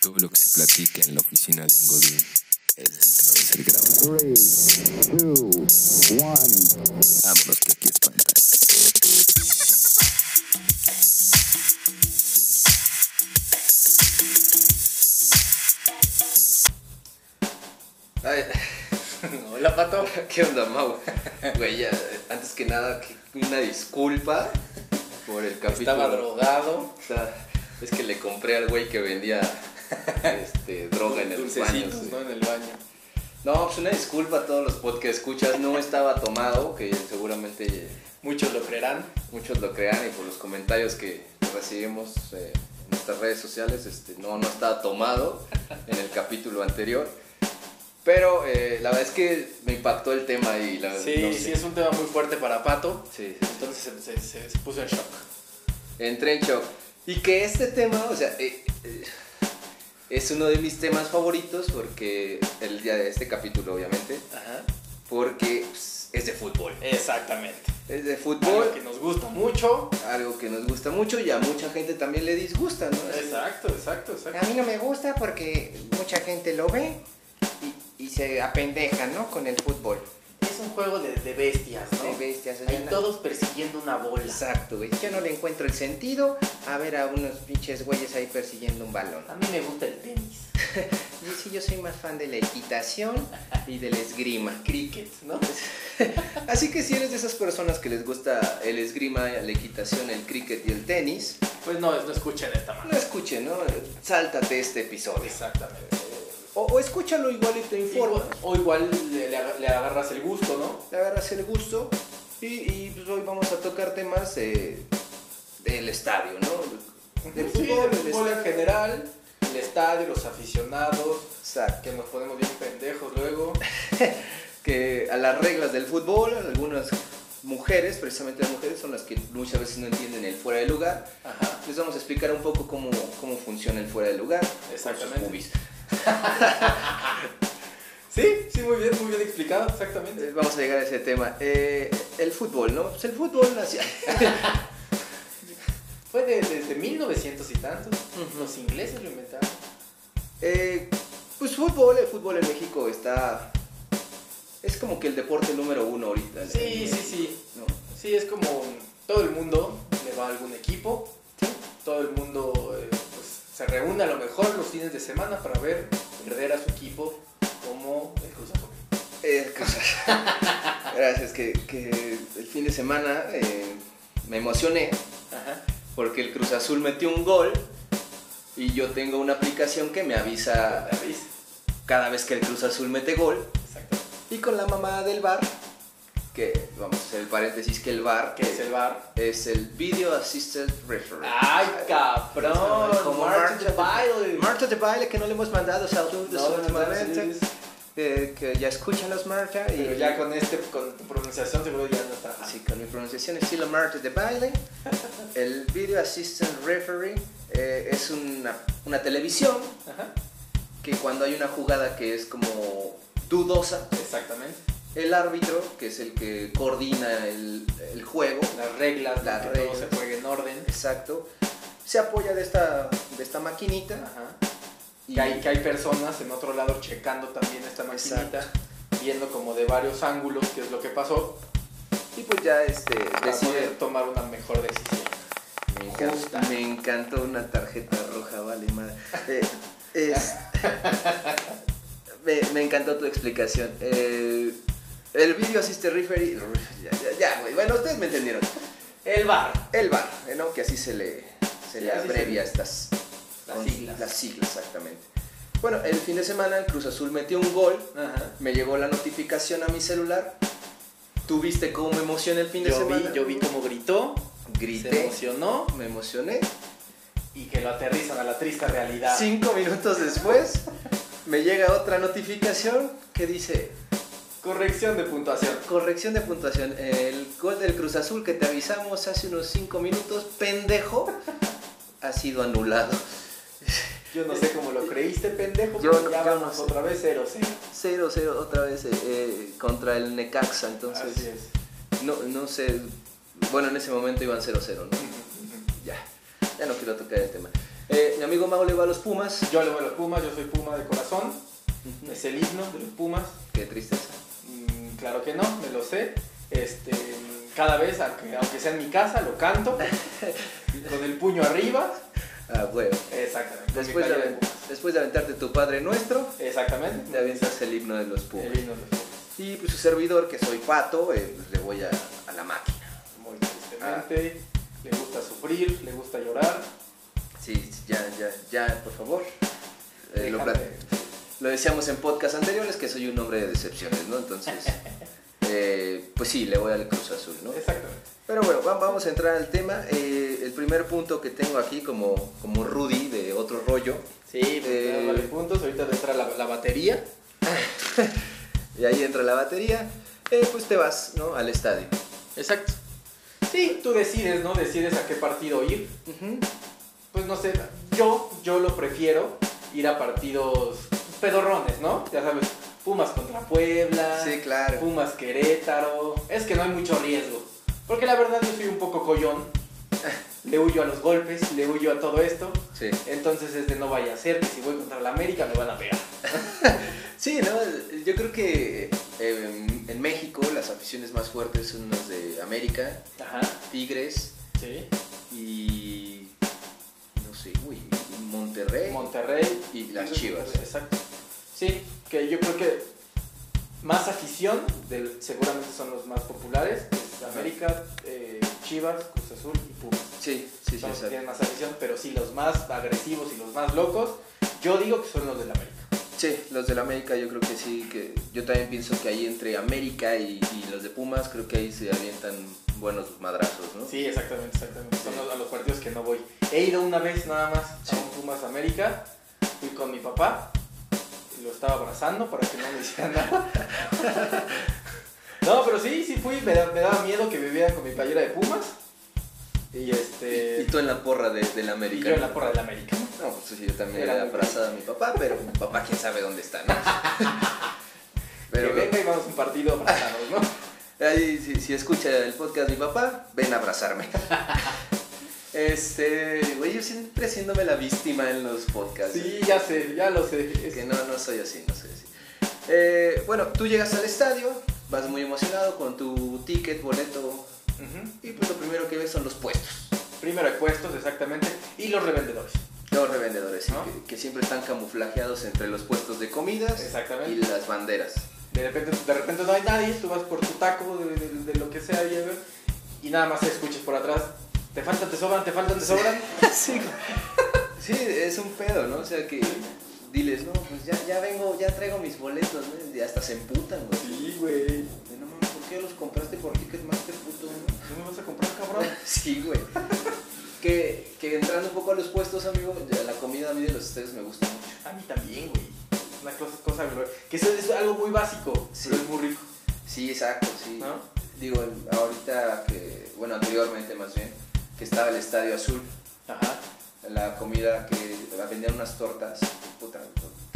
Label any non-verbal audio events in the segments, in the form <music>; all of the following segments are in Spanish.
Todo lo que se platica en la oficina de un godín es digno de ser grabado. Three, two, one. Vámonos que aquí espanta. Ay, Hola, Pato. ¿Qué onda, Mau? <laughs> Güey, ya, antes que nada, que- una disculpa por el capítulo. Estaba drogado. O sea, es que le compré al güey que vendía <laughs> este, droga en el baño. Dulcecitos, ¿no? En el baño. No, pues una disculpa a todos los podcasts escuchas. No estaba tomado, que seguramente Muchos lo creerán. muchos lo crean y por los comentarios que recibimos eh, en nuestras redes sociales, este, no, no estaba tomado en el capítulo anterior. Pero eh, la verdad es que me impactó el tema y la Sí, no sé. sí, es un tema muy fuerte para Pato. Sí, sí. Entonces se, se- se- se puso en shock. Entré en shock. Y que este tema, o sea, eh, eh, es uno de mis temas favoritos porque el día de este capítulo, obviamente, Ajá. porque pues, es de fútbol. Exactamente. Es de Algo fútbol, que nos gusta mucho. algo que nos gusta mucho y a mucha gente también le disgusta, ¿no? Exacto, exacto, A exacto. mí no me gusta porque mucha gente lo ve y, y se apendeja, ¿no? Con el fútbol. Ah, Es un juego de, de bestias, ¿no? De bestias. o sea, Hay na- todos persiguiendo una bola. Exacto, güey. Yo no le encuentro el sentido a ver a unos pinches güeyes ahí persiguiendo un balón. A mí me gusta el tenis. Yo sí, yo soy más fan de la equitación y del esgrima. Cricket, ¿no? Así que si eres de esas personas que les gusta el esgrima, la equitación, el cricket y el tenis, Pues no, es- no escuchen esta mano. no escuchen, ¿no? Sáltate este episodio. Exactamente. O, o escúchalo igual y te informa. Igual- o igual le, le aga- le agarras el gusto, ¿no? le agarras el gusto y, y, pues hoy vamos a tocar temas eh, del estadio, ¿no? Del Sí, del fútbol, del fútbol en estadio. general, el estadio, los aficionados, Exacto. que nos ponemos bien pendejos luego. Que a las reglas del fútbol, algunas mujeres, precisamente las mujeres, son las que muchas veces no entienden el fuera de lugar. Ajá. Les vamos a explicar un poco cómo, cómo funciona el fuera de lugar. con sus Exactamente. boobies. Sí, sí, muy bien, muy bien explicado, exactamente. Eh, Vamos a llegar a ese tema. Eh, el fútbol, ¿no? Pues el fútbol nació. Fue de- desde 1900 y tantos. Los ingleses lo inventaron. Eh, pues fútbol, el fútbol en México está... Es como que el deporte número uno ahorita. en- Sí, en sí, México, sí. ¿no? Sí, es como todo el mundo le va a algún equipo. Todo el mundo eh, pues, se reúne a lo mejor los fines de semana para ver perder a su equipo como el Cruz Azul. Eh, cosas. <laughs> Gracias, que, que el fin de semana eh, me emocioné Ajá. porque el Cruz Azul metió un gol y yo tengo una aplicación que me avisa ¿Sabéis? cada vez que el Cruz Azul mete gol Exacto. y con la mamada del bar, que vamos a hacer el paréntesis que el bar Que es el bar. es el Video Assisted Referee. ¡Ay, cabrón! Como March Marta the Baile. Marta de baile que no le hemos mandado saludos No, no, no, últimamente, sí, sí. eh, que ya escuchan los Marta y Pero ya con este, con tu pronunciación seguro ya no está. Sí, con mi pronunciación estilo Marte <laughs> de baile. El Video Assistant Referee eh, es una, una televisión Ajá. que cuando hay una jugada que es como dudosa, Exactamente. el árbitro, que es el que coordina el, el juego, Las reglas, Las las reglas. reglas. se juegue en orden. exacto, se apoya de esta, de esta maquinita. Ajá. Y Que hay, que hay personas en otro lado checando también esta maquinita, viendo como de varios ángulos qué es lo que pasó, y pues ya este, para decide. poder tomar una mejor decisión. Me encanta- me encantó una tarjeta roja, vale madre. Eh, es- <laughs> me, me encantó tu explicación. Eh, el video asiste referee. Ya, ya, ya, güey. Bueno, ustedes me entendieron. El bar. El bar, eh, ¿no? Que así se le, se Sí, le así abrevia estas Las con- siglas. Las siglas, exactamente. Bueno, el fin de semana el Cruz Azul metió un gol. Ajá. Me llegó la notificación a mi celular. ¿Tuviste cómo me emocioné el fin de Yo semana? vi, yo vi cómo gritó, se Grité, emocionó me emocioné. y que lo aterrizan a la triste realidad. Cinco minutos después me llega otra notificación que dice Corrección de puntuación. corrección de puntuación. El gol del Cruz Azul que te avisamos hace unos cinco minutos, pendejo, ha sido anulado. Yo no sé cómo lo creíste, pendejo, Yo pero no- ya yo no vamos sé. otra vez 0-0. 0-0 otra vez eh, eh, contra el Necaxa, Así entonces es. no, no sé. Bueno, en ese momento iban 0-0, ¿no? Ya, ya no quiero tocar el tema. Eh, mi amigo Mau le va a los Pumas. Yo le voy a los Pumas, yo soy Puma de corazón. Es el himno de los Pumas. <laughs> Qué tristeza. Mm, Claro que no, me lo sé. Este, cada vez, aunque, aunque sea en mi casa, lo <laughs> canto con el puño arriba. Ah, bueno. Exactamente. con mi Después de, calle de aven- Pumas. después de aventarte tu Padre Nuestro, Exactamente. te avientas el himno de los Pumas. El himno de los Pumas. Y pues su servidor, que soy Pato, eh, pues, le voy a, a la máquina. Muy tristemente. Ah. Le gusta sufrir, le gusta llorar. Sí, sí, ya, ya, ya, por favor. Eh, lo, Déjame- plat- lo decíamos en podcast anteriores que soy un hombre de decepciones, ¿no? Entonces, eh, pues sí, le voy al Cruz Azul, ¿no? Exactamente. Pero bueno, va- vamos a entrar al tema. Eh, el primer punto que tengo aquí como, como Rudy de otro rollo, Sí, eh, Eh, vale puntos. Ahorita entra la, la batería. y ahí entra la batería, eh, pues te vas, ¿no? Al estadio. Exacto. Sí, tú decides, ¿no? Decides a qué partido ir. Pues no sé, yo, yo lo prefiero ir a partidos pedorrones, ¿no? Ya sabes, Pumas contra Puebla, Sí, claro. Pumas Querétaro. Es que no hay mucho riesgo. Porque la verdad yo soy un poco collón. Le huyo a los golpes, le huyo a todo esto. Sí. Entonces es de no vaya a ser que si voy contra la América me van a pegar. Sí, no, yo creo que eh, en- en México las aficiones más fuertes son las de América, Ajá, Tigres sí. y no sé, uy, Monterrey. Monterrey Y las Entonces, Chivas. Exacto. Sí, que yo creo que más afición, del, seguramente son los más populares, pues, América, eh, Chivas, Cruz Azul y Pumas. sí, sí, sí, Son los que exacto. tienen más afición, pero sí los más agresivos y los más locos, yo digo que son los del América. Sí, los del América yo creo que sí, que yo también pienso que ahí entre América y, y los de Pumas creo que ahí se avientan buenos madrazos, ¿no? Sí, exactamente, exactamente. Son Sí. los- a los partidos que no voy. He ido una vez nada más a un Pumas América, fui con mi papá, lo estaba abrazando para que no me hiciera nada. <laughs> No, pero sí, sí fui, me, da- me daba miedo que me vieran con mi playera de Pumas. Y este. Y tú en la porra de- del y América. yo en la porra del América. ¿no? No, pues sí, yo también Era era muy- abrazada a mi papá, pero mi papá quién sabe dónde está, <laughs> ¿no? que venga y vamos a un partido abrazados, <laughs> ¿no? Ahí, si, si escucha el podcast de mi papá, ven <laughs> a abrazarme. este, güey, yo siempre haciéndome la víctima en los podcasts. Sí, ya sé, ya lo sé. Es- Que no, no soy así, no soy así. Eh, bueno, tú llegas al estadio, vas muy emocionado con tu ticket, boleto, Ujú. y pues lo primero que ves son los puestos. Primero hay puestos, exactamente. Y los revendedores. Los revendedores, sí, ¿No? que, que siempre están camuflajeados entre los puestos de comidas Exactamente. y las banderas. De repente, de repente no hay nadie, tú vas por tu taco de, de- de lo que sea y, a ver, y nada más escuchas por atrás. Te faltan, te sobran, te faltan, te sobran. <laughs> sí, sí, es un pedo, ¿no? O sea que diles, no, pues ya, ya vengo, ya traigo mis boletos, ¿no? Y hasta se emputan, güey. Sí, güey. De, No mames, ¿por qué los compraste por Ticketmaster, puto? ¿No me vas a comprar, cabrón? <laughs> Sí, güey. Que, que entrando un poco a los puestos, amigo, ya la comida a mí de los estadios me gusta mucho. A mí también, güey. Es Una cosa, cosa glor- que eso es algo muy básico, Sí. pero es muy rico, Sí, exacto, sí. ¿no? Digo, el- ahorita que, bueno, anteriormente más bien, que estaba el Estadio Azul, Ajá. la comida que vendían unas tortas, puta,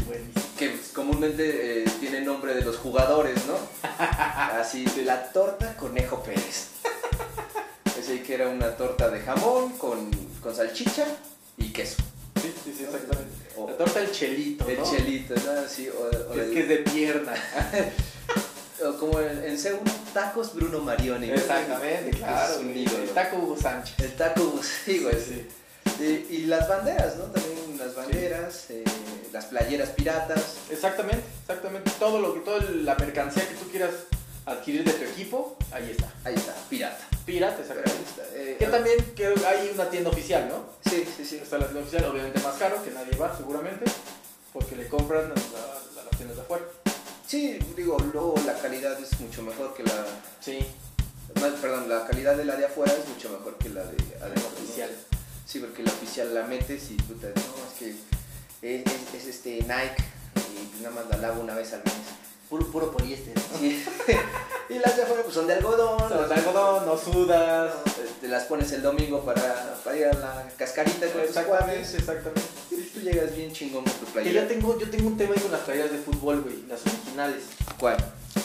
Buenísimo. que comúnmente eh, tiene nombre de los jugadores, <laughs> ¿no? Así, la torta Conejo Pérez. Ese que era una torta de jamón con, con salchicha y queso. Sí, sí, sí, exactamente. O- La torta del chelito, El ¿no? chelito, ¿no? Sí, o, o Es el- que es de pierna. o como en, en C1, tacos Bruno Marioni. ¿no? exactamente, Es claro. un güey. ídolo. El taco Hugo Sánchez. El taco, sí, güey. Sí, sí. Y, y las banderas, ¿no? También las banderas, eh, las playeras piratas. Exactamente, exactamente. Todo lo que, toda la mercancía que tú quieras adquirir de tu equipo, ahí está. Ahí está, pirata. Pirata, Pero ahí exactamente. está, eh, Que ah, también que hay una tienda oficial, ¿no? Sí, sí, sí. Está la tienda oficial, obviamente más caro, que nadie va seguramente, porque le compran a, la- a las tiendas de afuera. Sí, digo, luego la calidad es mucho mejor que la... Sí, más, perdón, la calidad de la de afuera es mucho mejor que la de la adentro. ¿no? oficial. Sí, porque la oficial la metes y puta, no, es que es, es- es, este Nike y pues nada más la lavo una vez al mes. Puro, puro poliéster. <laughs> Sí. y las de afuera pues son de algodón, Son las, de algodón, no sudas. eh, te las pones el domingo para, para ir a la cascarita con tus cuates. Exactamente, Pues, exactamente. Y pues, tú llegas bien chingón con tu Que yo playera. tengo, yo tengo un tema ahí con las playeras de fútbol, güey, las originales. ¿Cuál?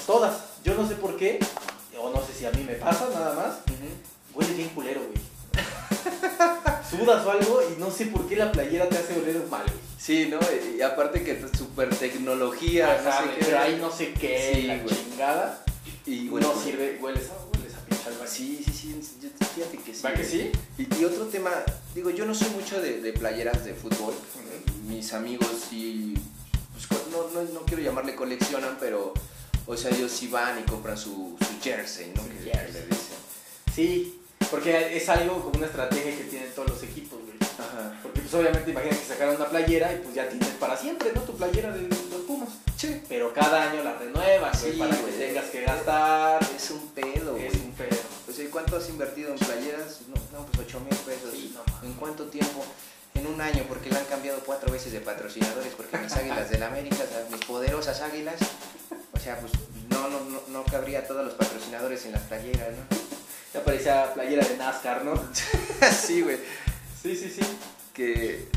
Todas. Yo no sé por qué, o no sé si a mí me pasa nada más, Huele bien culero, güey. <laughs> sudas o algo y no sé por qué la playera te hace oler mal. Sí, ¿no? Y aparte que es super tecnología, Ajá, no sé qué. pero ahí no sé qué, Sí, la güey. chingada. Y Y bueno, no sirve, hueles a, hueles a pinche albañil. Sí, sí, sí, yo- fíjate que sí. ¿Va que sí? Y, y otro tema, digo, yo no soy mucho de, de playeras de fútbol. Mis amigos sí, pues, co- no, no, no quiero llamarle coleccionan, pero, o sea, ellos sí van y compran su, su jersey, ¿no? Su Que- que jersey. le dicen. Sí, porque es algo como una estrategia que tienen todos los equipos, güey. Ajá. Porque pues obviamente imagina que sacaron una playera y pues ya tienes para siempre, ¿no? Tu playera de los Pumas. Che, Pero cada año la renuevas, güey, Sí, para güey. que tengas que gastar. es un pedo, Es güey. un pedo. O sea, ¿y ¿cuánto has invertido en playeras? No, no, pues 8 mil pesos. Sí, no mames. ¿En cuánto tiempo? En un año, porque le han cambiado cuatro veces de patrocinadores, porque mis águilas del América, o sea, mis poderosas águilas, o sea, pues no, no, no, no cabría a todos los patrocinadores en las playeras, ¿no? Te parecía playera de NASCAR, ¿no? <laughs> sí, güey, Sí, sí, sí. que...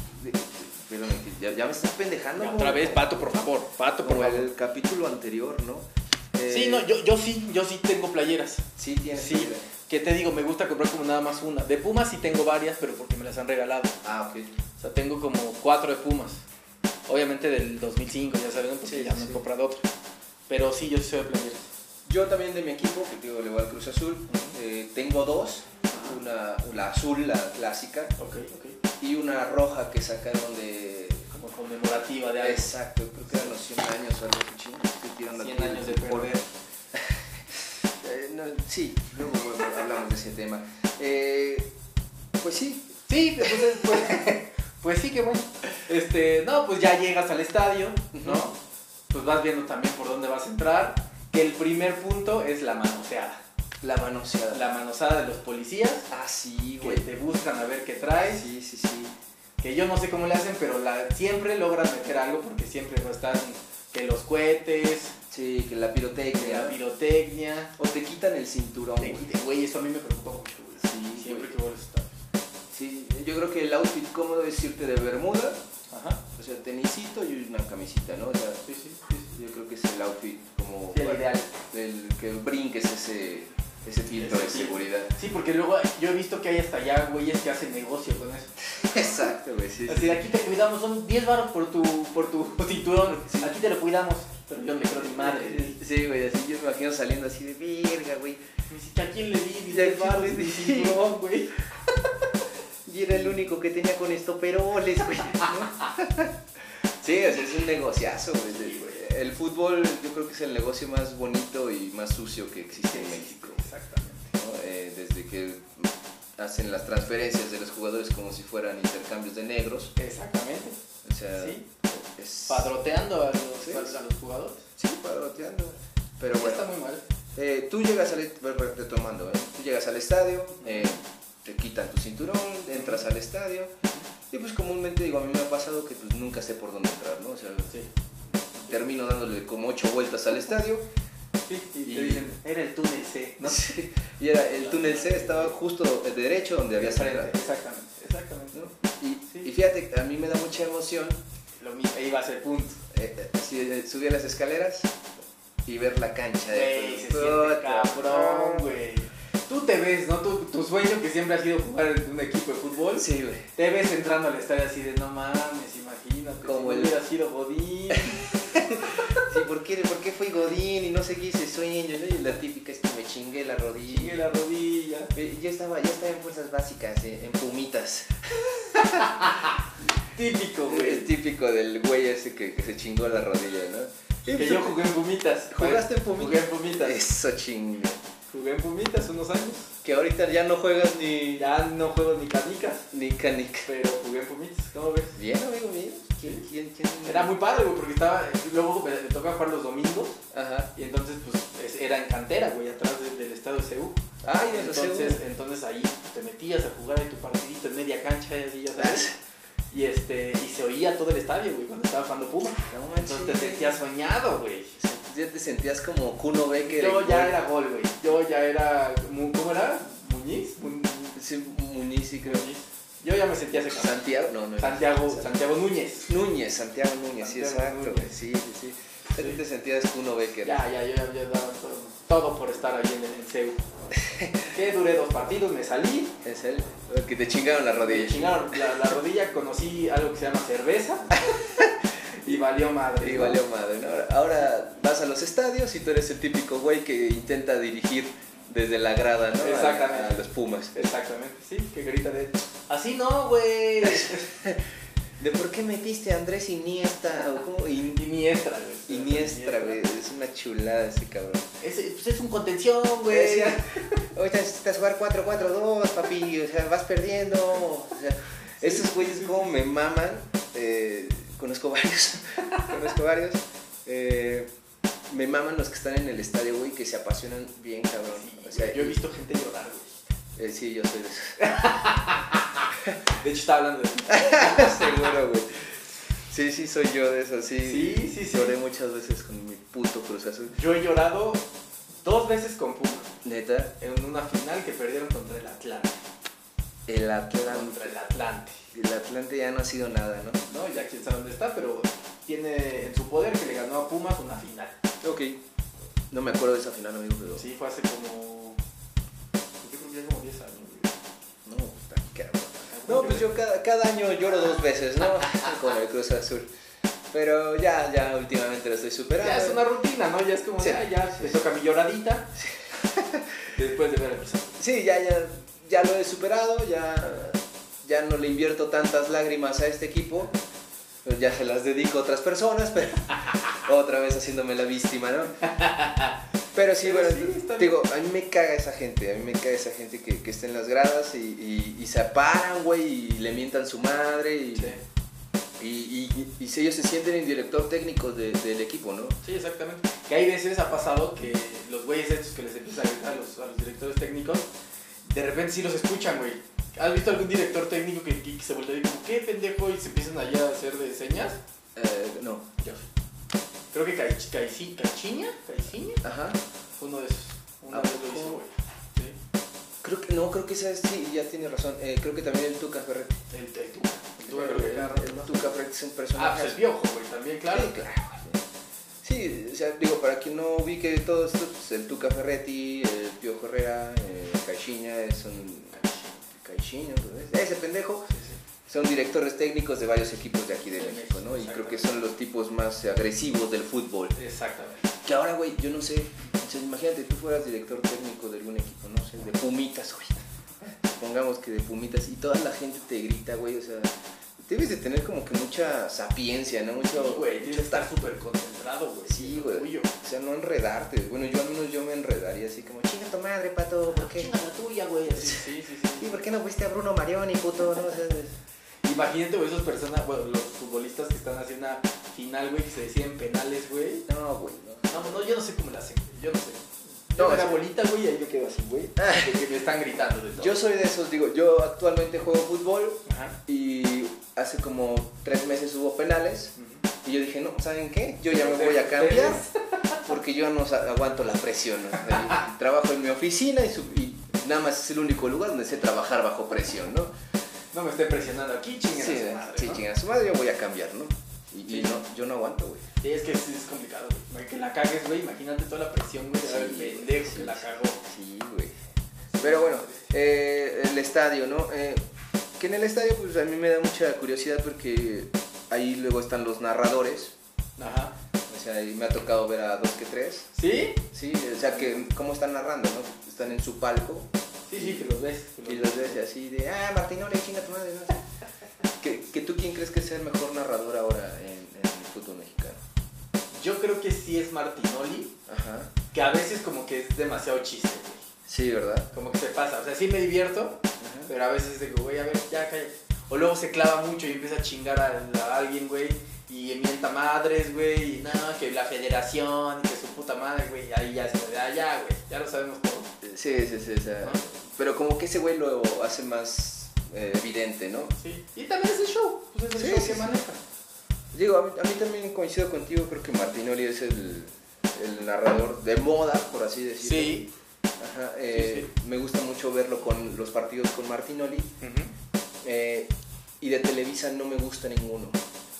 Perdón, que ya, ya me estás pendejando. Ya, güey. otra vez, pato, por favor. Pato, por Como favor. el capítulo anterior, ¿no? Eh, Sí, no, yo, yo sí, yo sí tengo playeras. Sí, tienes... Sí, que te digo, me gusta comprar como nada más una. De Pumas sí tengo varias, pero porque me las han regalado. Ah, ok. O sea, tengo como cuatro de Pumas. Obviamente del 2005, ya saben, porque Sí, ya no sí. he comprado otra. Pero sí, yo sí soy de playeras. Yo también de mi equipo, que digo, le voy al Cruz Azul, eh, tengo dos, una, la azul, la clásica, Ok, ok. y una roja que sacaron de... Como conmemorativa de algo. Exacto, creo que eran los 100 años o algo así, chingo, estoy tirando 100 aquí años de por- perder. <laughs> Eh, no, sí, luego bueno, hablamos de ese tema. Eh, pues sí, <laughs> Sí, entonces, pues, pues sí, que bueno. Este, no, pues ya llegas al estadio, ¿no? Ujú. Pues vas viendo también por dónde vas a entrar. Que el primer punto es la manoseada. la manoseada. La manosada de los policías Ah, sí, que güey. te buscan a ver qué traes. Sí, sí, sí. que yo no sé cómo le hacen, pero la, siempre logran meter algo porque siempre no están que los cohetes, Sí, que la que pirotecnia. la pirotecnia. o te quitan el cinturón, Te- güey. te- Güey, eso a mí me preocupa mucho, güey. Sí, Siempre güey. que voy a los estadios. Sí, yo creo que el outfit cómodo es irte de bermuda, Ajá. O sea, tenisito y una camisita, ¿no? O sea, Sí, sí, sí. sí. yo creo que es el outfit como Sí, el ideal. del que brinques ese, ese filtro Ese de filtro. seguridad. <laughs> Sí, porque luego yo he visto que hay hasta allá güeyes que hacen negocio con eso. Exacto, güey, sí. Así de aquí te cuidamos, son 10 baros por tu, por tu <laughs> cinturón. Aquí te lo cuidamos. Pero yo no creo ni madre. Sí, güey, así yo me imagino saliendo así de verga, güey. Me dice, ¿que ¿a quién le di Ya, 10 baros ¿quién le mi di? cinturón, güey? Y era el único que tenía con estoperoles, güey. ¿no? <laughs> sí, o sea, es un negociazo, güey. Sí, güey. El fútbol yo creo que es el negocio más bonito y más sucio que existe en México. Exactamente. ¿no? Eh, desde que hacen las transferencias de los jugadores como si fueran intercambios de negros. Exactamente. O sea, Sí. es padroteando a los, Sí. a los jugadores. Sí, padroteando. Pero bueno, Está muy mal. eh, tú llegas al re- re- retomando, ¿eh? tú llegas al estadio, eh, te quitan tu cinturón, entras al estadio y pues comúnmente digo, a mí me ha pasado que pues nunca sé por dónde entrar, ¿no? O sea, Sí. termino dándole como ocho vueltas al estadio Y, Y- te dicen, era el túnel C. ¿no? <laughs> y era el túnel C estaba justo derecho donde había salido. Exactamente. Exactamente. Y, Sí. y fíjate, a mí me da mucha emoción Lo mismo. Ahí va a ser punto. eh, eh, si, eh, subir las escaleras y ver la cancha de Güey, se fútbol. siente cabrón, güey. Tú te ves, ¿no? Tu, tu sueño que siempre ha sido jugar en un equipo de fútbol. Sí, güey. Te ves entrando al estadio así de no mames, imagínate. Como si el- hubiera sido Godín. Sí, ¿por qué, ¿por qué fui Godín y no seguí ese sueño? ¿no? Y la típica es que me chingué la Chingue rodilla. la rodilla. Eh, Yo estaba, yo estaba en fuerzas básicas, eh, en pumitas. Típico, Es güey. típico del güey ese que, que se chingó la rodilla, ¿no? Y Que pues, yo jugué en Pumitas. ¿Jugaste en Pumitas? Jugué en Pumitas. Eso chingue. Jugué en Pumitas unos años. Que ahorita ya no juegas ni, Ya no juego ni canicas, ni canica. pero jugué en Pumitas, ¿cómo ves? Bien, amigo mío. ¿Quién, quién, quién? Era muy padre, güey, porque estaba, luego me, me tocaba jugar los domingos, Ajá. y entonces, pues, es- era en cantera, güey, atrás de- del estado de CU. Ay, de los Entonces, entonces ahí te metías a jugar en tu partidito en media cancha, y así, ya sabes. Y, este, y se oía todo el estadio, güey, cuando estaba jugando Puma. No manches. Entonces te sentías soñado, güey. Ya te sentías como Kuno Becker. Yo en ya gol. era gol, güey. Yo ya era, mu- ¿cómo era? ¿Muñiz? Mu- Sí, Muniz y creo. Muñiz. Yo ya me sentía ese cabrón. Santiago, no, no. Santiago, Santiago Núñez. Núñez, Santiago Núñez, sí, Santiago exacto. Núñez. Sí, sí, sí. Pero te sentías que uno ve que Ya, ya, yo ya, ya daba todo, todo por estar ahí en el <laughs> CEU. que duré dos partidos, me salí, es él. El que te chingaron la me rodilla. chingaron la, la rodilla, conocí algo que se llama <laughs> cerveza y valió madre. Y ¿no? valió madre. ¿no? Ahora- Ahora vas a los estadios y tú eres el típico güey que intenta dirigir desde la grada, ¿no? A- Exactamente. A, los Pumas. Exactamente, sí, que grita de así no, güey. ¿De por qué metiste a Andrés Iniesta? ¿O cómo? In- Iniestra, güey. Iniestra, güey. Es una chulada ese cabrón. Ese- pues es un contención, Güey, güey. decía, ahorita necesitas jugar 4-4-2, papi, o sea, vas perdiendo. o sea, Estos güeyes como me maman. eh, conozco varios. <laughs> conozco varios. eh, me maman los que están en el estadio, güey, que se apasionan bien, cabrón. O sea, yo he visto gente llorar, güey. eh, sí, yo soy de esos. <laughs> <laughs> De hecho, estaba hablando de Seguro, güey. Sí, sí, soy yo de eso, sí. Sí, sí, sí. Lloré muchas veces con mi puto Cruz Azul. Yo he llorado dos veces con Puma. Neta, En una final que perdieron contra el Atlante. el Atlante. Contra el Atlante. El Atlante ya no ha sido nada, ¿no? ¿No? Ya quién sabe dónde está, pero tiene en su poder que le ganó a Pumas una final. Ok. No me acuerdo de esa final, amigo, pero. Sí, fue hace como. Yo creo que ya como 10 años. güey. No, está cabrón. No, pues yo cada, cada año lloro dos <laughs> veces, ¿no? con el Cruz Azul. Pero ya, ya últimamente lo estoy superando. Ya es una rutina, ¿no? Ya es como, Sí. de, ah, ya me toca mi lloradita. Después de ver el Cruz Azul. Sí, ya, ya, ya lo he superado, ya, ya no le invierto tantas lágrimas a este equipo, pues ya se las dedico a otras personas, <laughs> pero otra vez haciéndome la víctima, ¿no? Pero sí, Pero bueno, sí, está bien. digo, a mí me caga esa gente, a mí me caga esa gente que, que está en las gradas y, y- y se aparan, güey, y le mientan su madre y, Sí. y- y- y si ellos se sienten el director técnico de- del equipo, ¿no? Sí, exactamente. Que hay veces ha pasado que los güeyes estos que les empiezan a gritar a los, a los directores técnicos, de repente sí los escuchan, güey. ¿Has visto algún director técnico que, que se voltea y como, qué pendejo? Y se empiezan allá a hacer de señas. Eh, no, Yo sí. Creo que Caich- Caici- Caixinha, Caixinha, ajá. fue uno de esos. Uno ¿A de esos lo poco? hizo, güey. Sí. Creo que, no, creo que esa sí, ya tiene razón. Eh, creo que también el Tuca Ferretti. El, el Tuca. El Tuca creo que agarra. Tu Cafret es un Ah, personaje. pues el Piojo, güey, también, claro. Sí, claro. Sí, o sea, digo, para quien no ubique todo esto, pues el Tuca Ferretti, el Piojo Herrera, eh, Caixinha, es un... Caixinha, pues, ese pendejo, Sí, sí. son directores técnicos de varios equipos de aquí de De México, ¿no? Y México, creo que son los tipos más agresivos del fútbol. Exactamente. Que ahora, güey, yo no sé, o sea, imagínate, tú fueras director técnico de algún equipo, no sé, de Pumitas, güey. Pongamos que de Pumitas y toda la gente te grita, güey, o sea, debes de tener como que mucha sapiencia, ¿no? Mucho, Sí, güey, tienes mucho que estar súper concentrado, güey. Sí, güey. Tuyo. O sea, no enredarte. Bueno, yo al menos yo me enredaría así como, Chinga tu madre, pato, ¿por qué? Chinga la tuya, güey. así. Sí, sí, sí. ¿Y por qué no fuiste a Bruno Marioni, puto? No, O sea, es- Imagínate, güey, esas personas, bueno, los futbolistas que están haciendo una final, güey, que se deciden penales, güey. no, güey, no. No, no, yo no sé cómo la hacen, güey, yo no sé. No, Yo me es- la bolita, güey, y ahí me quedo así, güey. De que me están gritando de todo. Yo soy de esos, digo, yo actualmente juego fútbol Ajá. y hace como tres meses hubo penales Ujú. y yo dije, no, ¿saben qué? Yo ya me voy a cambiar porque yo no sa- aguanto la presión. ¿no? Ahí Trabajo en mi oficina y, su- y nada más es el único lugar donde sé trabajar bajo presión, ¿no? No me estén presionando aquí, chinguen Sí, a su madre, sí, ¿no? chinga su madre, yo voy a cambiar, ¿no? Y, Sí. y no, yo no aguanto, güey. Sí, es que sí, es complicado, güey. Que la cagues, güey, imagínate toda la presión, güey, de dar el Sí, pendejo sí, que la cagó. Sí, güey. Pero bueno, eh, el estadio, ¿no? Eh, que en el estadio, pues a mí me da mucha curiosidad porque ahí luego están los narradores. Ajá. O sea, ahí me ha tocado ver a dos que tres. ¿Sí? Sí, o sea, que cómo están narrando, ¿no? Están en su palco Sí, sí, que los ves. que los y ves. los ves así de, ah, Martinoli, chinga tu madre. ¿no? ¿Que, que tú quién crees que sea el mejor narrador ahora en, en el fútbol mexicano? Yo creo que sí es Martinoli, Ajá. que a veces como que es demasiado chiste, güey. Sí, ¿verdad? como que se pasa. O sea, sí me divierto, Ajá. pero a veces digo, güey, a ver, ya cállate. O luego se clava mucho y empieza a chingar a, a alguien, güey, y mienta madres, güey, y no, que la federación, y que su puta madre, güey, y ahí ya se da, ya, güey, ya lo sabemos todo. Sí, sí, sí. O sea, ¿no? Pero como que ese güey lo hace más eh, evidente, ¿no? Sí. Y también es el show, pues es el Sí, show sí, que sí. maneja. Digo, a mí, a mí también coincido contigo, creo que Martinoli es el, el narrador de moda, por así decirlo. Sí. Ajá, eh, Me gusta mucho verlo con los partidos con Martinoli. eh, y de Televisa no me gusta ninguno.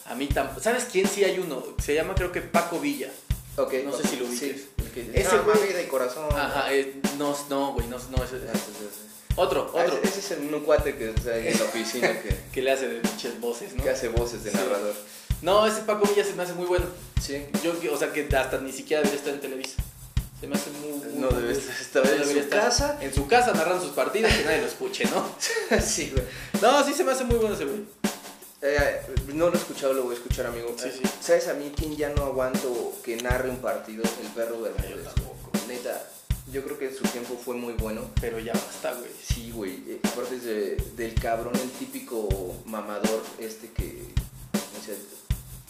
A mí tampoco. ¿Sabes quién sí hay uno? Se llama creo que Paco Villa. Ok, No sé ok, si lo ubiques. sí, el que- Ese Ah, güey de corazón. Ajá, eh, no, no, güey, no, no, ese- ya, ya, ese- ya. otro, Ah, otro, ese- Ese es el- un cuate que está ahí en la oficina que, que le hace de pinches voces, <laughs> ¿no? que hace voces de Sí. narrador. No, ese Paco Villa se me hace muy bueno. Sí. <laughs> Yo, que- o sea, que hasta ni siquiera debería estar en Televisa. Se me hace muy... muy- No debe estar- estar no en debería su estar. casa. En su casa narran sus partidos que nadie lo escuche, ¿no? sí, güey. No, sí se me hace muy bueno ese güey. Eh, no lo he escuchado, lo voy a escuchar, amigo. Sí, Eh, sí. ¿Sabes a mí quién ya no aguanto que narre un partido? El perro Bermúdez. Yo tampoco. Neta, yo creo que en su tiempo fue muy bueno. Pero ya basta, güey. Sí, güey. eh, Aparte es de- del cabrón, el típico mamador este que. O sea,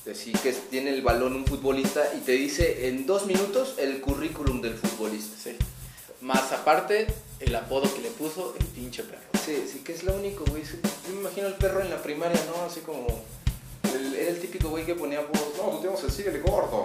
que sí, que tiene el balón un futbolista y te dice en dos minutos el currículum del futbolista. Sí. Más aparte, el apodo que le puso el pinche perro. Sí, sí, que es lo único, güey. Sí, Yo me imagino el perro en la primaria, ¿no? Así como. el- era el típico güey que ponía voz. No, tú tienes el síguele <laughs> gordo.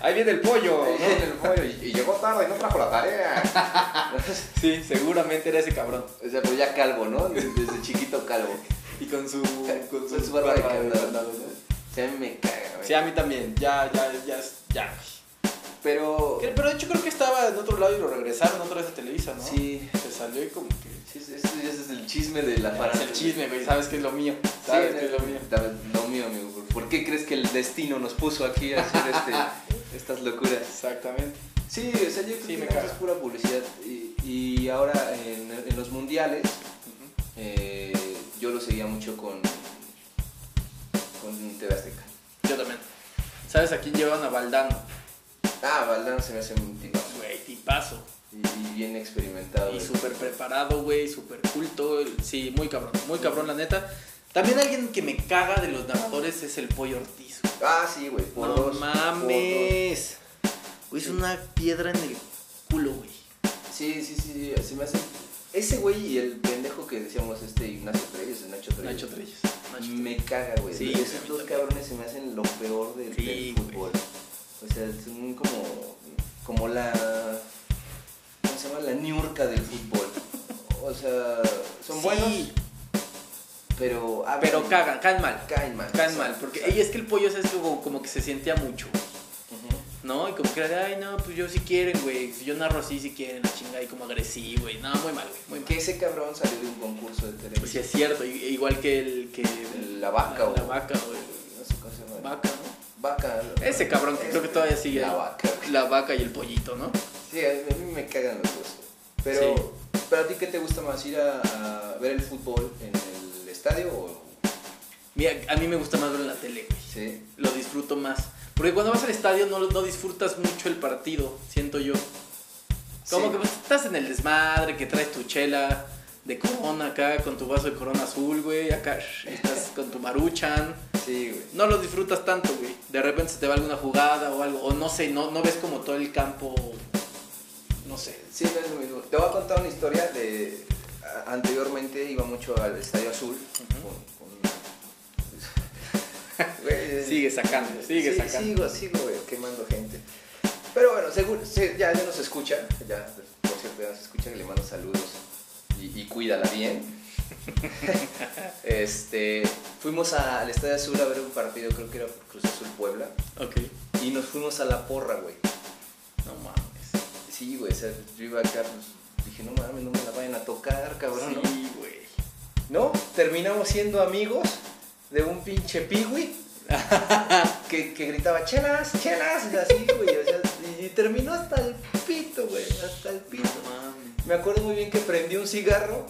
Ahí viene el pollo, <laughs> ¿no? El pollo, y, y llegó tarde y no trajo la tarea. Sí, seguramente era ese cabrón. <laughs> o sea, pero ya calvo, ¿no? Desde, desde chiquito calvo. Y con su, Con su barba de candado. candado, ¿no? Se me caga, güey. Sí, a mí también. Ya, ya, ya, ya. Pero. Que- Eh, Pero yo creo que estaba en otro lado y lo regresaron otra vez a Televisa, ¿no? Sí. Se salió y como que... Sí, sí, Este ya es el chisme de la Es farándula. el chisme, güey. Sabes que es lo mío. Sí, Sabes es que es lo mío. Lo mío, amigo. ¿Por qué crees que el destino nos puso aquí a hacer <laughs> este- estas locuras? Exactamente. Sí, o sea, yo creo Sí, que me nada más caga. es pura publicidad. Y, y ahora en, en los mundiales, eh, yo lo seguía mucho con, con TV Azteca. Yo también. ¿Sabes a quién llevan a Valdano? Ah, Valdano se me hace un tipo Güey, tipazo. y, y bien experimentado. Y güey. súper preparado, güey, súper culto. el- Sí, muy cabrón, muy cabrón, la neta. También alguien que me caga de los narradores es el Pollo Ortiz. güey. Ah, sí, güey. Por no dos, por dos. mames. Güey, es una piedra en el culo, güey. Sí, sí, sí, sí, se me hace. Ese güey y el pendejo que decíamos, este Ignacio Treyes, el Nacho Treyes. Nacho Treyes. Nacho Me caga, güey. Sí, a Esos mí dos también. cabrones se me hacen lo peor del, Sí, del güey. fútbol. O sea, son como. como la. ¿Cómo se llama? La niurca del fútbol. O sea, son Sí, buenos, pero. hablan- Pero cagan, caen mal. Caen mal. Caen mal. Porque ey, es que el pollo es como, como que se sentía mucho. Ujú. ¿No? Y como que era de, ay, no, pues yo si quieren, güey. Si yo narro así, si quieren, la chingada. Y como agresivo, güey. No, muy mal, güey. Muy mal. Que ese cabrón salió de un concurso de televisión. Pues sí, es cierto. i- Igual que el. Que La vaca, la, o- la vaca, güey. No sé cómo se llama. Vaca, ¿no? Vaca. Ese cabrón que creo que todavía sigue. La vaca. güey. La vaca y el pollito, ¿no? Sí, a mí- a mí me cagan los dos. Pero, ¿para ti qué te gusta más? ¿Ir a, a ver el fútbol en el estadio o...? Mira, a mí me gusta más verlo en la tele, güey. Sí. Lo disfruto más. Porque cuando vas al estadio no, no disfrutas mucho el partido, siento yo. Como Sí. que pues, estás en el desmadre, que traes tu chela de corona acá, con tu vaso de corona azul, güey. Acá <laughs> shh, estás con tu maruchan. Sí, güey. No lo disfrutas tanto, güey. De repente se te va alguna jugada o algo. O no sé, no, no ves como todo el campo. No sé. Sí, no es lo mismo. Te voy a contar una historia de... a- Anteriormente iba mucho al Estadio Azul con- con- <laughs> Güey, Sigue sacando, sigue sí, sacando. Sigo, sigo, güey, quemando gente. Pero bueno, seguro, se- ya, ya nos escucha, ya, por cierto, ya nos escucha, que le mando saludos y, y cuídala bien. <laughs> este, fuimos a- al Estadio Azul a ver un partido, creo que era por Cruz Azul Puebla, Ok. y nos fuimos a la porra, güey. No mames. Sí, güey, o sea, yo iba acá, pues, dije, no mames, no me la vayan a tocar, cabrón, ¿no? Sí, güey. ¿no? Terminamos siendo amigos de un pinche piwi que, que gritaba chelas, chelas, y así, güey. o sea, y, y terminó hasta el pito, güey, hasta el pito. No mames. Me acuerdo muy bien que prendí un cigarro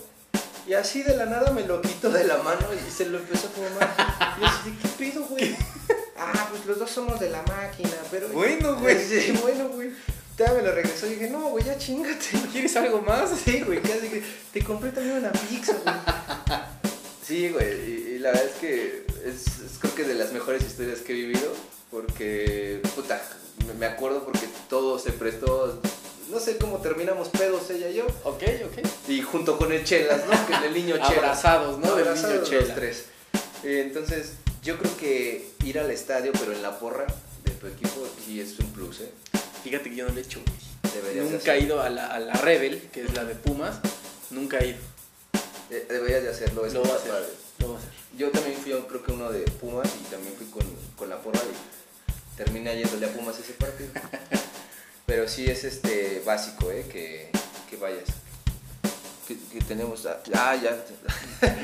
y así de la nada me lo quito de la mano y se lo empezó a fumar. Y yo así, ¿qué pedo, güey? Ah, pues los dos somos de la máquina, pero. <laughs> Bueno, Sí, bueno, güey. Ya me lo regresó y dije, no, güey, ya chingate. ¿Quieres algo más? Sí, güey, casi que te compré también una pizza, güey. Sí, güey, y, y la verdad es que es, es creo que de las mejores historias que he vivido, porque, puta, me- me acuerdo porque todo se prestó, no sé cómo terminamos pedos ella y yo, Ok, ok. y junto con el Chelas, ¿no? Que <laughs> el niño Chelas. Abrazados, ¿no? Del niño Abrazados los Chela. tres. Eh, Entonces, yo creo que ir al estadio, pero en la porra de tu equipo, sí es un plus, ¿eh? Fíjate que yo no le he hecho, güey. Deberías de Nunca he hacerlo. ido a la, a la Rebel, que es la de Pumas. Nunca he ido. De- Eh, Deberías de hacerlo, es Lo voy a más hacer. padre. Lo voy a hacer. Yo también fui, a- creo que uno de Pumas y también fui con, con la porra y terminé termina yéndole a Pumas ese <laughs> partido. Pero sí es este básico, ¿eh? Que, que vayas. Que, que tenemos. a- Ah, ya. <laughs>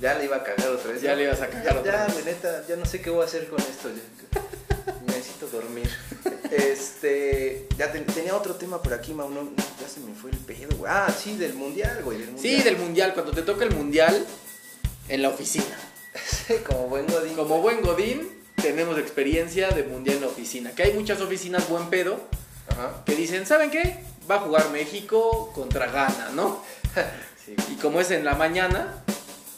ya le iba a cagar otra vez. Ya le ibas a cagar Ya, otra ya, vez. güey, neta, ya no sé qué voy a hacer con <laughs> esto. ya. Necesito dormir. Este. Ya ten- tenía otro tema por aquí, Mau. no- no, ya se me fue el pedo, güey. Ah, sí, del mundial, güey. Del mundial. Sí, del mundial, cuando te toca el mundial en la oficina. <laughs> Como buen godín. Como buen Godín, tenemos experiencia de mundial en la oficina. Que hay muchas oficinas buen pedo Ajá. que dicen, ¿saben qué? Va a jugar México contra Ghana, ¿no? Sí. Y como es en la mañana,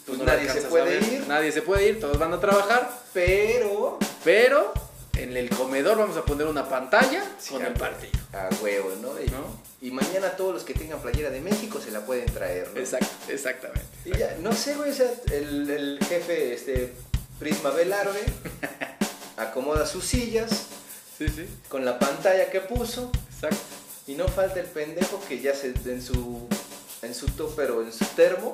Pues no nadie alcanzas se puede a ver. ir. Nadie se puede ir, todos van a trabajar. Pero. Pero en el comedor vamos a poner una pantalla Sí, con a el huevo. partido. A huevo, ¿no? Y, ¿No? y mañana todos los que tengan playera de México se la pueden traer, ¿no? Exacto, exactamente. Y ya, no sé, güey, o sea, el, el jefe, este, Prisma Velarde, acomoda sus sillas Sí, sí, con la pantalla que puso exacto. y no falta el pendejo que ya se, en su, en su topper o en su termo,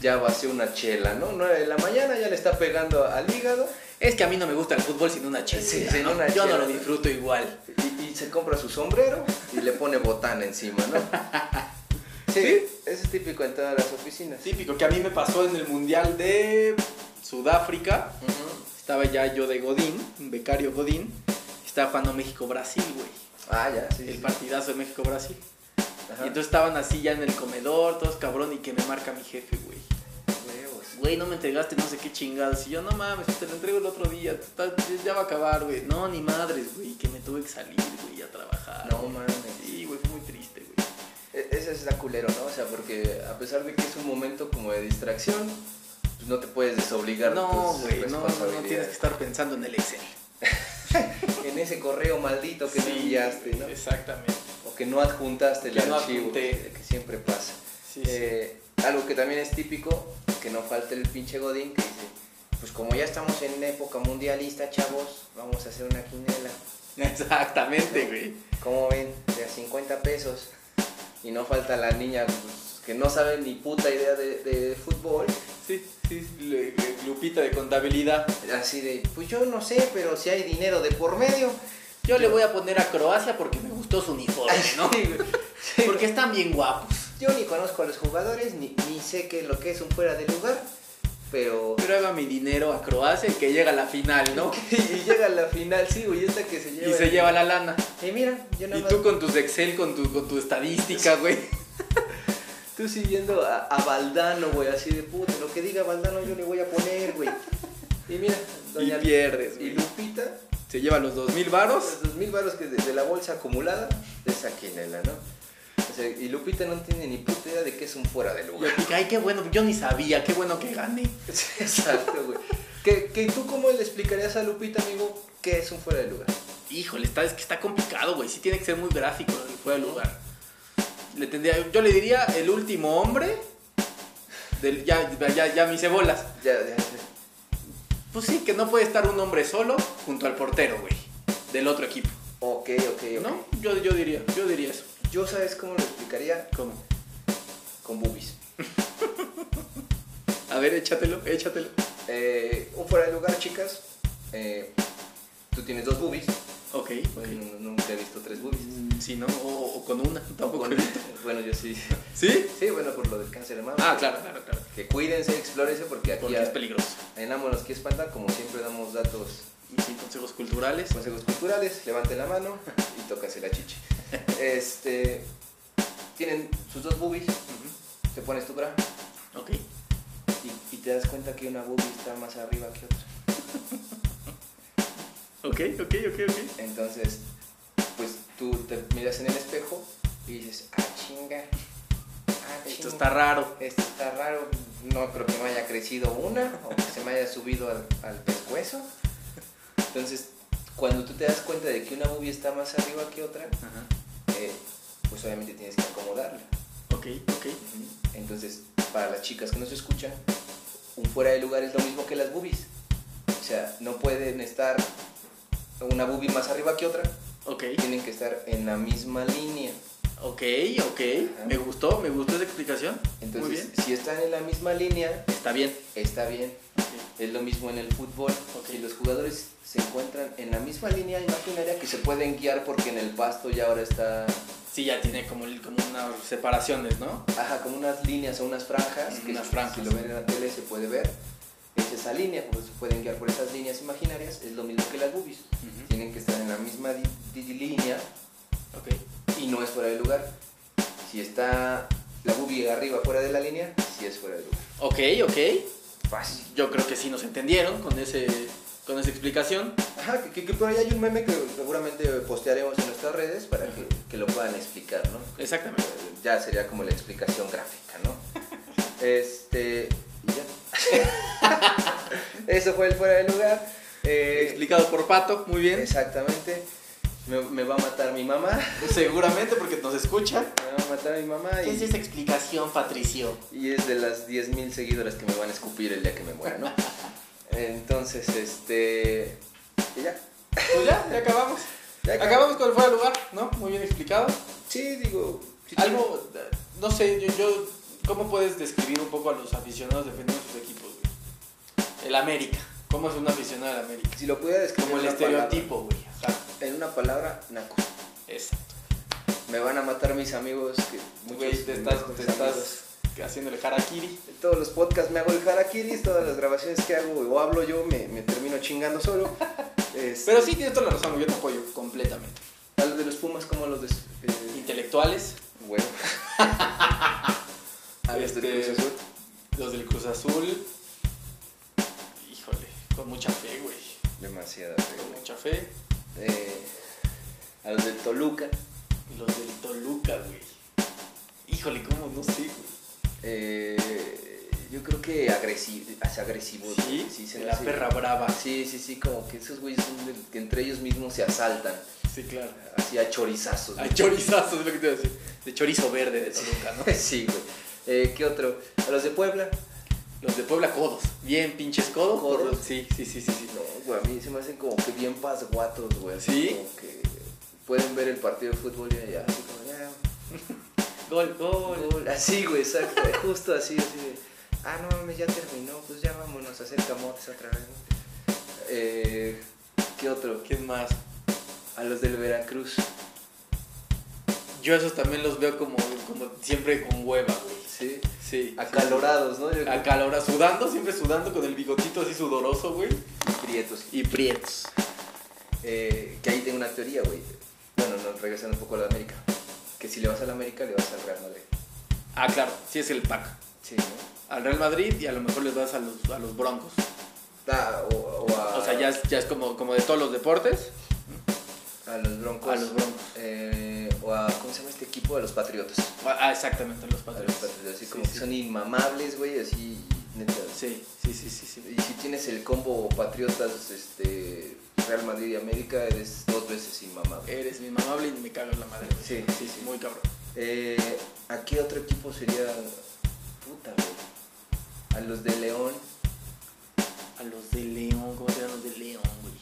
ya vació una chela, ¿no? 9 de la mañana ya le está pegando al hígado Es que a mí no me gusta el fútbol sin una chela. Sí, ¿no? sin una Yo chela. no lo disfruto igual. y, y se compra su sombrero y le pone botana encima, <laughs> ¿no? Sí, eso es típico en todas las oficinas. Típico que a mí me pasó en el Mundial de Sudáfrica. Ujú. Estaba ya yo de Godín, un becario Godín. Estaba jugando México-Brasil, güey. Ah, ya, sí. El sí. partidazo de México-Brasil. Ajá. Y entonces estaban así ya en el comedor, todos cabrón, y que me marca mi jefe, güey. Huevos. Güey, no me entregaste no sé qué chingados. Y yo, no mames, te lo entrego el otro día. está- ya va a acabar, güey. No, ni madres, güey. Que me tuve que salir, güey, a trabajar. No güey. mames. Sí, güey, fue muy triste, güey. E- Ese es la culero, ¿no? O sea, porque a pesar de que es un momento como de distracción, pues no te puedes desobligar No, de tus güey, no, no, no responsabilidades. tienes que estar pensando en el Excel. En ese correo maldito que no Sí, enviaste, ¿no? Exactamente. O que no adjuntaste el Que no archivo, adjunté. que siempre pasa. Sí, Eh, Algo que también es típico, que no falta el pinche Godín que dice, pues como ya estamos en época mundialista, chavos, vamos a hacer una quinela. sí. <laughs> Exactamente, güey. ¿Cómo ven? De a 50 pesos. Y no falta la niña pues, que no sabe ni puta idea de, de fútbol. Sí, sí, le- le- Lupita de contabilidad. Así de, pues yo no sé, pero si hay dinero de por medio. <laughs> <laughs> Yo le voy a poner a Croacia porque me gustó su uniforme, ¿no? Sí, güey. Porque están bien guapos. Yo ni conozco a los jugadores, ni, ni sé qué es lo que es un fuera de lugar, pero... <laughs> Pero haga mi dinero a Croacia y que llega a la final, ¿no? y llega la final, sí, güey, esta que se lleva... Y se lleva la lana. Y mira, yo nada Y más... tú con tus Excel, con tu, con tu estadística, güey. Tú siguiendo a, a Valdano, güey, así de puta, lo que diga Valdano yo le voy a poner, güey. Y mira, doña Y pierdes, güey. Y Lupita, pues, Se lleva los 2000 varos. los dos mil baros que de, de la bolsa acumulada, de esa quinela, ¿no? O sea, y Lupita no tiene ni puta idea de que es un fuera de Y lugar. yo <laughs> dije, ay, qué bueno, yo ni sabía, qué bueno que gané. Exacto, güey. Que, que tú cómo le explicarías a Lupita, amigo, que es un fuera de lugar. Híjole, está, es que está complicado, güey. Sí tiene que ser muy gráfico lo del fuera de lugar. Le tendría, yo le diría el último hombre. Del, ya, ya, ya me hice bolas. Ya, ya, ya. Pues sí, que no puede estar un hombre solo junto al portero, güey. Del otro equipo. Ok, ok, ok. ¿No? Yo, yo diría, yo diría eso. Yo sabes cómo lo explicaría ¿Cómo? con boobies. A ver, échatelo, échatelo. Eh, un fuera de lugar, chicas. eh, tú tienes dos boobies. Ok, ok. Porque nu- nunca he visto tres boobies. <laughs> Si no, o, o con una, tampoco. <laughs> Bueno, bueno, yo sí. ¿Sí? Sí, bueno, por lo del cáncer de mama. Ah, claro, claro, claro. Que cuídense, explórense, porque aquí Porque es peligroso. enamoros que espanta, como siempre damos datos, Y sin consejos culturales. pues, consejos culturales, levanten la mano y tócase <laughs> la chichi. Este, tienen sus dos boobies, Ujú. te pones tu bra Ok. y, y te das cuenta que una boobie está más arriba que otra. Ok, ok, ok, ok. Entonces, pues tú te miras en el espejo y dices, ah, chinga. Ah, Esto chinga. está raro. Esto está raro, no creo que me haya crecido una o que se me haya subido al, al pescuezo. Entonces, cuando tú te das cuenta de que una boobie está más arriba que otra, Ajá. eh, pues obviamente tienes que acomodarla. Ok, ok. Entonces, para las chicas que nos escuchan, un fuera de lugar es lo mismo que las boobies. O sea, no pueden estar una boobie más arriba que otra, Ok, tienen que estar en la misma línea. ok, ok. Me gustó, me gustó esa explicación. Muy Entonces, bien. si están en la misma línea, Está bien. está bien. Es lo mismo en el fútbol. Ok. Si los jugadores se encuentran en la misma línea imaginaria que se pueden guiar porque en el pasto ya ahora está, Sí, ya tiene como, el- como unas separaciones, ¿no? ajá, como unas líneas o unas franjas, que Unas si- franjas. si lo ven en la tele se puede ver. Es esa línea, pues se pueden guiar por esas líneas imaginarias. Es lo mismo que las boobies. Tienen que estar en la misma di- di- línea Ok. y no es fuera de lugar. Si está la boobie arriba fuera de la línea, sí es fuera de lugar. Ok, ok. Fácil. Yo creo que sí nos entendieron con, ese, con esa explicación. Ajá, que, que- que por ahí hay un meme que seguramente postearemos en nuestras redes para que, que lo puedan explicar, ¿no? Exactamente. Ya sería como la explicación gráfica, <laughs> ¿no? Este. y ya. <laughs> Eso fue el fuera de lugar. Eh, Explicado por Pato, muy bien. Exactamente. Me, me va a matar mi mamá. Seguramente porque nos escucha. Me va a matar mi mamá. Y, esa explicación, <laughs> Patricio? y es de las 10.000 seguidoras que me van a escupir el día que me <laughs> muera, ¿no? Entonces, este. Y ya. Pues ya, ya acabamos. Ya acabé. Acabamos con el fuera de lugar, ¿no? Muy bien explicado. Sí, digo. si Algo, eh, no sé, yo, yo- ¿cómo puedes describir un poco a los aficionados dependiendo de sus equipos? güey? El América. ¿Cómo es un aficionado del América? Si lo pudiera describir Como el en una palabra- estereotipo, güey. O sea, en una palabra, naco. exacto. Me van a matar mis amigos. Que muchos Güey, te estás, muchos te amigos. estás haciendo el harakiri. En todos los podcasts me hago el harakiri, todas las grabaciones que hago o hablo yo me, me termino chingando solo. <laughs> Es- Pero sí tienes toda la razón, güey, yo te apoyo completamente. A los de los Pumas, como a los de. eh, Intelectuales, <laughs> bueno. a los del Este- Cruz Azul. los del Cruz Azul. Híjole, con mucha fe, güey. Demasiada. Con güey. mucha fe. Eh, a los del Toluca. Y los del Toluca, güey. Híjole, cómo no sé, güey. eh, yo creo que agresivo, hace agresivo. Sí, se de me la hace- perra brava. Sí, sí, sí, como que esos güeyes son del- que entre ellos mismos se asaltan. Sí, claro. Así a chorizazos. Hay güey. chorizazos, es lo que te iba a decir. De chorizo verde de Toluca, ¿no? <laughs> sí, güey. Eh, ¿Qué otro? A los de Puebla. Los de Puebla, codos. Bien, pinches codos. Codos. Sí, sí, sí, sí. sí. No, güey, a mí se me hacen como que bien pasguatos, güey. así ¿Sí? Como que pueden ver el partido de fútbol y allá. Así como, ya, Gol, gol. gol. Así, güey, exacto. <laughs> justo así, así de, Ah, no mames, ya terminó. Pues ya vámonos a hacer camotes otra vez. ¿no?". Eh, ¿Qué otro? ¿Quién más? A los del Veracruz. Yo esos también los veo como, como siempre con hueva, güey. Sí. Sí. Acalorados, ¿no? Yo creo Acá ahora sudando, siempre sudando con el bigotito así sudoroso, güey. que prietos. Y prietos. Eh, que ahí tengo una teoría, güey. Bueno, no, regresando un poco a la América. Que si le vas a la América, le vas al Real Madrid. Ah, claro, sí es el pack. Sí, ¿no? Al Real Madrid y a lo mejor les vas a los, a los broncos. Ah, o, o a, O sea, ya es, ya es como, como de todos los deportes. a los Broncos. a los Broncos. Eh, o a, ¿cómo se llama este equipo? A los Patriotas. Ah, exactamente, los A los patriotas. Patriotas, así Sí, como sí. que son inmamables, güey, así, neta. Sí, sí, sí, sí, sí. Y si tienes el combo Patriotas, este, Real Madrid y América, eres dos veces inmamable. Eres mi mamable y me cagas la madre. güey. Sí. sí, sí, muy cabrón. Eh, ¿A qué otro equipo sería? Puta, güey. A los de León, A los de León, ¿cómo se llaman los de León, güey?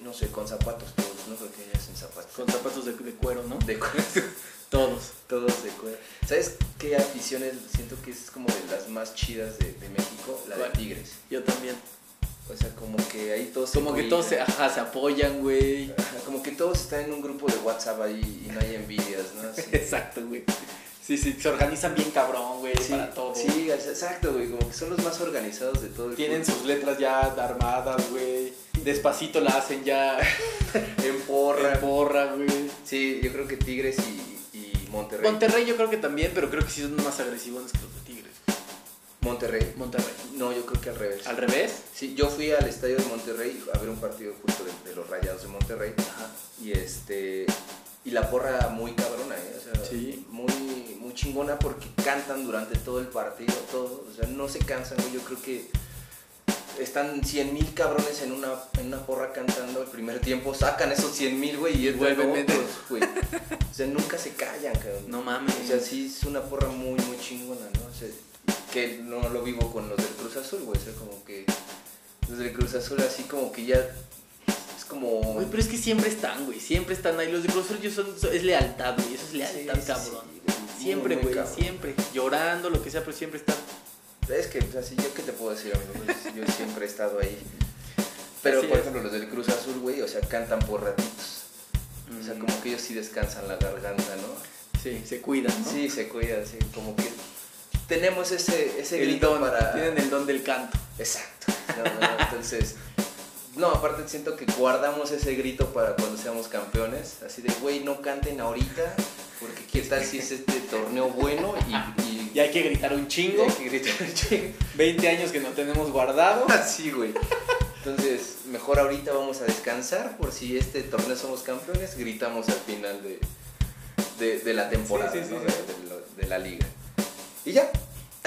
no sé, con zapatos todos, no creo que haya sin zapatos. Con zapatos de, de cuero, ¿no? <laughs> De cuero. Todos. Todos de cuero. ¿Sabes qué aficiones siento que es como de las más chidas de, de México? La de ¿Cuál? Tigres. Yo también. O sea, como que ahí todos se Como que cuidan. todos se, ajá, se apoyan, güey. Ajá, Como que todos están en un grupo de WhatsApp ahí y no hay <laughs> envidias, ¿no? Así. <laughs> Exacto, güey. Sí, sí, se organizan bien cabrón, güey, Sí, para todo. sí, es- exacto, güey. Como que son los más organizados de todo el Tienen fútbol. sus letras ya armadas, güey. Despacito la hacen ya en porra. en porra, güey. Sí, yo creo que Tigres y, y Monterrey. Monterrey yo creo que también, pero creo que sí son más agresivos que los de Tigres. Monterrey. Monterrey. No, yo creo que al revés. Al revés. Sí, yo fui al estadio de Monterrey a ver un partido justo de, de los Rayados de Monterrey. Y este y la porra muy cabrona, ¿eh? O sea, Sí. muy muy chingona porque cantan durante todo el partido, todo, o sea, no se cansan, güey. Yo creo que están 100 mil cabrones en una, en una porra cantando el primer tiempo, sacan esos 100 mil, güey, y entran Vuelven, otros, meten. güey. O sea, nunca se callan, cabrón. No mames. O sea, sí es una porra muy, muy chingona, ¿no? O sea, que no lo vivo con los del Cruz Azul, güey. O sea, como que los del Cruz Azul así como que ya es como... Güey, pero es que siempre están, güey. Siempre están ahí. Los de Cruz Azul yo son, son- es lealtad, güey. Eso es lealtad, Sí, sí, cabrón. sí, muy, siempre, muy güey. cabrón. Siempre. Llorando, lo que sea, pero siempre están. Es que, pues, así, ¿yo qué te puedo decir, amigo? Pues, Yo siempre he estado ahí. Pero, Así por es. ejemplo, los del Cruz Azul, güey, o sea, cantan por ratitos. O sea, como que ellos sí descansan la garganta, ¿no? Mm. Sí, se cuidan, ¿no? Sí, se cuidan, sí, como que tenemos ese, ese El grito don, para... tienen el don del canto. Exacto. No, no, no, entonces, no, aparte siento que guardamos ese grito para cuando seamos campeones. Así de, güey, no canten ahorita, porque qué tal si es este torneo bueno y... y- Y hay que gritar un y chingo. hay que <laughs> gritar, "Chingo". 20 años que no tenemos guardado. Así, Ah, güey. Entonces, mejor ahorita vamos a descansar por si este torneo somos campeones, gritamos al final de, de, de la temporada, Sí, sí, sí, ¿no? sí. De, de lo- de la liga. Y ya.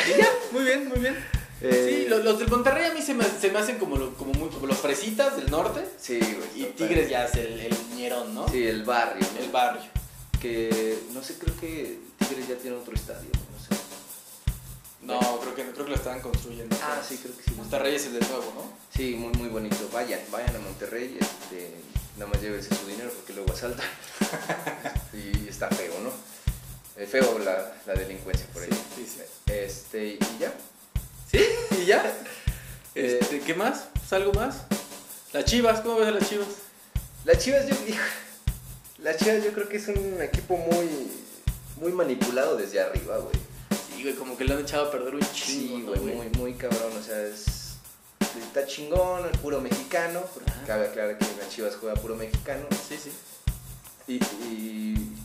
Y ya, muy bien, muy bien. Eh, Sí, lo- los, del Monterrey a mí se me, se me hacen como, lo- como, muy- como los fresitas del norte. Sí, güey. Y total. Tigres ya es el, el ñerón, ¿no? Sí, el barrio. ¿no? El barrio. Que, no sé, creo que Tigres ya tiene otro estadio, no sé. No, creo que, creo que lo estaban construyendo. Ah, sí, creo que sí. Monterrey es el del nuevo, ¿no? Sí, muy, muy bonito. Vayan, vayan a Monterrey, este, nada más llévense su dinero porque luego <laughs> asaltan. y está feo, ¿no? Es feo la, la delincuencia por ahí. Sí, sí, Este, y ya. sí. ¿Sí? ¿Y ya? Este, ¿Qué más? ¿Pues ¿Algo más? Las chivas, ¿cómo ves a las chivas? Las Chivas, yo, hijo, las Chivas yo creo que es un equipo muy, muy manipulado desde arriba, güey. Sí, güey, como que le han echado a perder un chingo, Sí, ¿no, güey, muy, muy cabrón. O sea, es, está chingón, el puro mexicano. Porque Ajá. cabe aclarar que las Chivas juega puro mexicano. Sí, sí. Y, y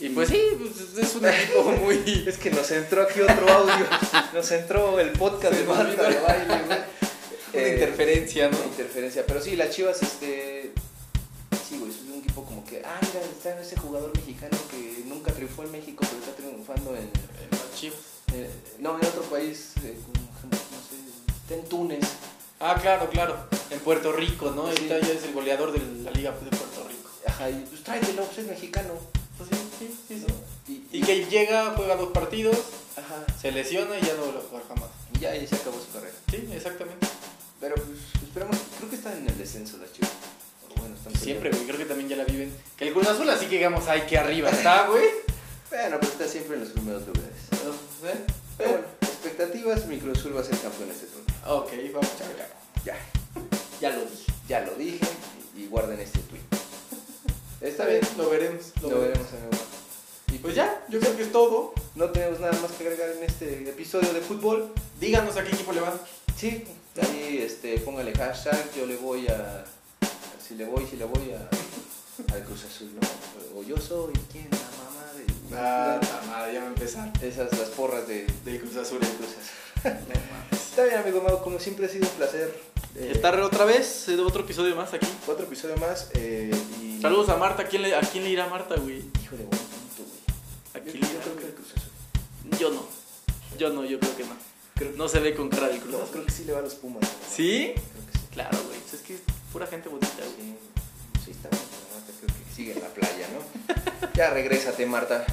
Y pues sí, pues, es un equipo <laughs> muy... <laughs> Es que nos entró aquí <laughs> otro audio. Nos entró el podcast Se de nos Marta de vino. baile, <laughs> güey. una Eh, interferencia, ¿no? una interferencia. Pero sí, las Chivas, este. Sí, güey, es un equipo como que. Ah, mira, está ese jugador mexicano que nunca triunfó en México, pero está triunfando en. Las chivas. eh, no, en otro país. eh, como, no sé. Está en Túnez. Ah, claro, claro. En Puerto Rico, ¿no? Sí. Ahorita ya es el goleador de la Liga de Puerto Rico. Ajá, y pues tráetelo, pues es mexicano. Pues sí, sí, sí, sí. ¿no? Y, Y que llega, juega dos partidos, Ajá. se lesiona y ya no vuelve a jugar jamás. Y ya, ya se acabó su carrera. Sí, exactamente. Pero pues, esperamos. Creo que están en el descenso las Chivas. O Bueno, están Siempre, güey. Creo que también ya la viven. Que el Cruz Azul así que digamos, ay, que arriba está, güey. Bueno, pues está siempre en los primeros lugares. ¿eh? Pero bueno, expectativas, Microsur va a ser campeón este torneo. Ok, vamos a ver. Ya, Ya lo dije. ya lo dije y guarden este tweet. Está Está bien, bien, lo veremos. Lo, lo veremos. veremos en el Y pues ya, yo creo que es todo. No tenemos nada más que agregar en este episodio de fútbol. Díganos a qué equipo le van. Sí, ahí este, póngale hashtag, yo le voy a... Si le voy, si le voy a... Al Cruz Azul, ¿no? O yo soy quién, la mamá de... Ah, madre, ya va a <laughs> empezar. Esas las porras de... Del Cruz Azul. de Cruz Azul. Está bien, amigo Mau, como siempre ha sido un placer. eh, Estar otra vez, eh, otro episodio más aquí. Otro episodio más. Eh, y... Saludos a Marta. ¿A quién le, a quién le irá Marta, güey? Híjole, buen punto, güey. ¿A Yo, quién le yo irá, creo que güey? el Cruz Azul. Yo no. Yo no, yo creo que no. No se ve con cara del Cruz No, Azul. creo que sí le va a los Pumas. la verdad. ¿Sí? Creo que sí. Claro, güey. pues Es que es pura gente bonita, güey. Sí, sí está bien, pero Marta creo que sigue en la playa, ¿no? <laughs> ya regrésate, Marta.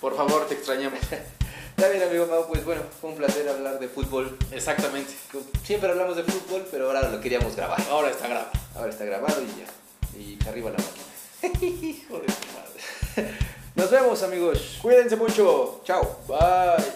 Por favor, te extrañamos. Está bien, amigo Mau, pues bueno, fue un placer hablar de fútbol. <laughs> Exactamente. Siempre hablamos de fútbol, pero ahora lo queríamos grabar. Ahora está grave. Ahora está grabado y ya. Y arriba la máquina. <laughs> Hijo de tu madre. Nos vemos, amigos. Cuídense mucho. Chao. Bye.